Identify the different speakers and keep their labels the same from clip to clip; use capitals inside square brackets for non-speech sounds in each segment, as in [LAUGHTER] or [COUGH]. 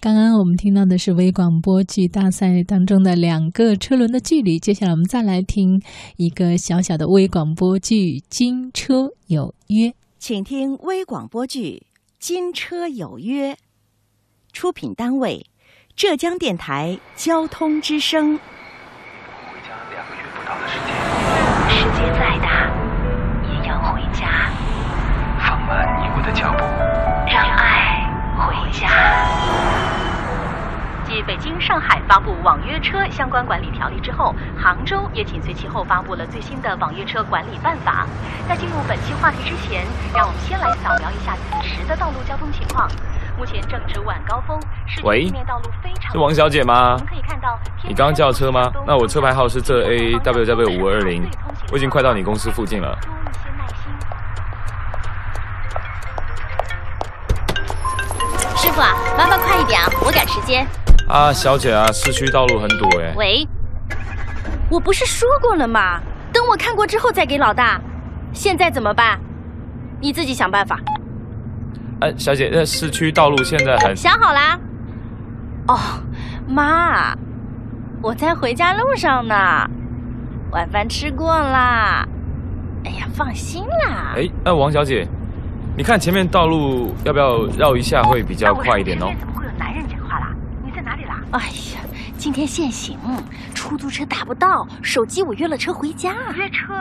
Speaker 1: 刚刚我们听到的是微广播剧大赛当中的两个车轮的距离，接下来我们再来听一个小小的微广播剧《金车有约》。
Speaker 2: 请听微广播剧《金车有约》，出品单位浙江电台交通之声。
Speaker 3: 回家两个月不到的时间，
Speaker 4: 世界再大，也要回家，
Speaker 3: 放慢你我的脚步。
Speaker 4: 让爱回家。继北京、上海发布网约车相关管理条例之后，杭州也紧随其后发布了最新的网约车管理办法。在进入本期话题之前，让我们先来扫描一下此时的道路交通情况。目前正值晚高峰，市
Speaker 5: 喂
Speaker 4: 区地面道路非常。
Speaker 5: 是王小姐吗
Speaker 4: 我们可以看到，
Speaker 5: 你刚叫车吗那我车牌号是浙 A W W 520我已经快到你公司附近了。
Speaker 4: 多一些耐心。
Speaker 6: 师傅啊，麻烦快一点啊，我赶时间。
Speaker 5: 啊，小姐啊，市区道路很堵哎。
Speaker 6: 喂，我不是说过了吗？等我看过之后再给老大。现在怎么办？你自己想办法。
Speaker 5: 哎、小姐，那市区道路现在很……
Speaker 6: 想好啦？哦，妈，我在回家路上呢，晚饭吃过啦。哎呀，放心啦。
Speaker 5: 哎，那、王小姐，你看前面道路要不要绕一下会比较快一点哦
Speaker 4: 哎那我身边？怎么会有男人讲话啦？你在哪里啦？
Speaker 6: 哎呀，今天限行，出租车打不到，手机我约了车回家。
Speaker 4: 约车？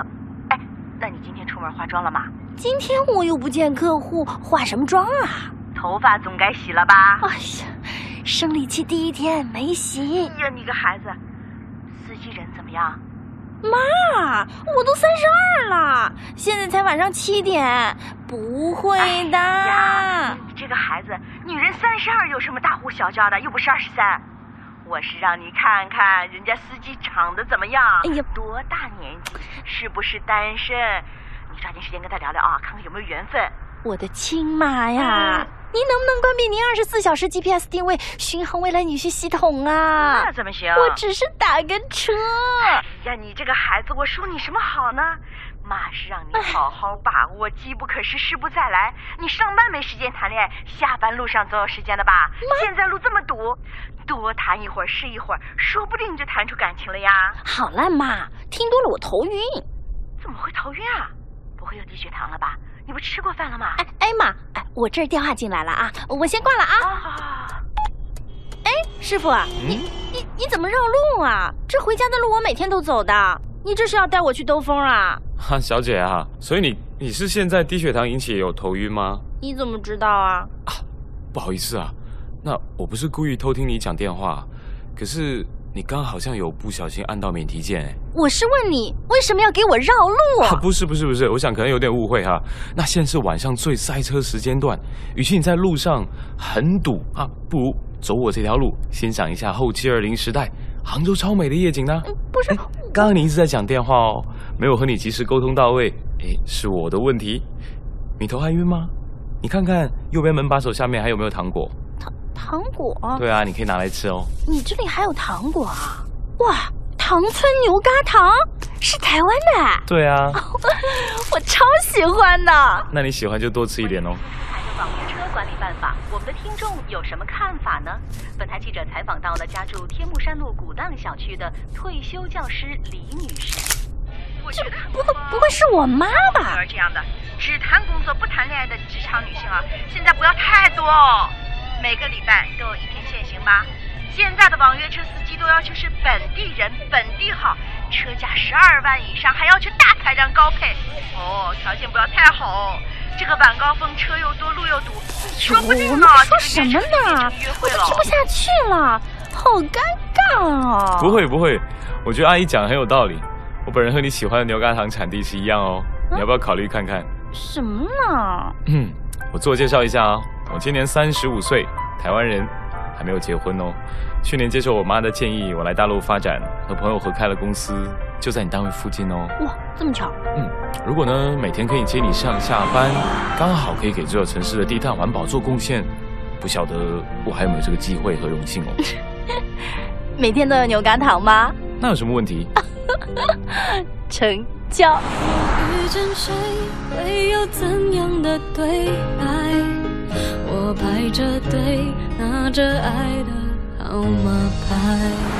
Speaker 4: 哎，那你今天出门化妆了吗？
Speaker 6: 今天我又不见客户，化什么妆啊？
Speaker 4: 头发总该洗了吧？
Speaker 6: 哎呀，生理期第一天没洗
Speaker 4: 哎呀，你个孩子！司机人怎么样？
Speaker 6: 啊！我都三十二了，现在才晚上七点，不会的。
Speaker 4: 哎
Speaker 6: 哎
Speaker 4: 呀，你这个孩子，女人三十二有什么大呼小叫的？又不是二十三。我是让你看看人家司机长得怎么样。
Speaker 6: 哎呀
Speaker 4: 多大年纪，是不是单身？你抓紧时间跟他聊聊啊，看看有没有缘分。
Speaker 6: 我的亲妈呀！您能不能关闭您二十四小时 GPS 定位巡航未来女婿系统啊？
Speaker 4: 那怎么行？哎
Speaker 6: 我只是打个车。
Speaker 4: 呀，你这个孩子，我说你什么好呢？妈是让你好好把握机不可失，失不再来。你上班没时间谈恋爱，下班路上总有时间的吧？现在路这么堵，多谈一会儿是一会儿，说不定你就谈出感情了呀。
Speaker 6: 好了，妈，听多了我头晕。
Speaker 4: 怎么会头晕啊？不会又低血糖了吧？你不吃过饭了吗？
Speaker 6: 哎哎妈，哎，我这儿电话进来了啊，我先挂了啊。
Speaker 4: 啊，好好好
Speaker 6: 师傅啊，你你你怎么绕路啊？这回家的路我每天都走的，你这是要带我去兜风啊？
Speaker 5: 哈、小姐啊，所以你你是现在低血糖引起有头晕吗？
Speaker 6: 你怎么知道啊？
Speaker 5: 不好意思啊，那我不是故意偷听你讲电话，可是你刚好像有不小心按到免提键哎。
Speaker 6: 我是问你为什么要给我绕路
Speaker 5: 啊，
Speaker 6: 啊？
Speaker 5: 不是不是不是，我想可能有点误会哈、那现在是晚上最塞车时间段，与其你在路上很堵啊，不如走我这条路，欣赏一下后七二零时代杭州超美的夜景呢、
Speaker 6: 嗯不是，
Speaker 5: 刚刚你一直在讲电话哦，没有和你及时沟通到位，诶，是我的问题。你头还晕吗？你看看右边门把手下面还有没有糖果？
Speaker 6: 糖果？
Speaker 5: 对啊，你可以拿来吃哦。
Speaker 6: 你这里还有糖果啊？哇，糖村牛轧糖是台湾的 [LAUGHS] 哎，
Speaker 5: 对啊，
Speaker 6: 我超喜欢的。
Speaker 5: 那你喜欢就多吃一点哦。
Speaker 4: 出台的网约车管理办法，我们的听众有什么看法呢？本台记者采访到了家住天目山路古荡小区的退休教师李女士。我这个
Speaker 6: 不会不会是我妈吧？
Speaker 4: 儿这样的，只谈工作不谈恋爱的职场女性啊，现在不要太多哦。每个礼拜都有一天限行吧。现在的网约车司机都要求是本地人、本地号，车价十二万以上，还要求大排量高配。哦，条件不要太好哦。这个晚高峰车又多，路又堵，说不定呢
Speaker 6: 哎呦，
Speaker 4: 这个
Speaker 6: 说什
Speaker 4: 约车
Speaker 6: 么
Speaker 4: 就变
Speaker 6: 呢
Speaker 4: 成约？
Speaker 6: 我
Speaker 4: 会
Speaker 6: 都
Speaker 4: 了
Speaker 6: 听。不下去了，好尴尬哦。
Speaker 5: 不会不会，我觉得阿姨讲得很有道理。我本人和你喜欢的牛轧糖产地是一样哦，你要不要考虑看看？
Speaker 6: 什么呢？
Speaker 5: 嗯，我自我介绍一下啊、我今年三十五岁，台湾人，还没有结婚哦。去年接受我妈的建议，我来大陆发展，和朋友合开了公司，就在你单位附近哦。
Speaker 6: 哇，这么巧。
Speaker 5: 如果呢，每天可以接你上下班，刚好可以给这座城市的低碳环保做贡献，不晓得我还有没有这个机会和荣幸哦。
Speaker 6: 每天都有牛轧糖吗？
Speaker 5: 那有什么问题？
Speaker 6: 成交。
Speaker 7: 遇见谁会有怎样的对白？我
Speaker 1: 我排着队，拿着爱的号码牌。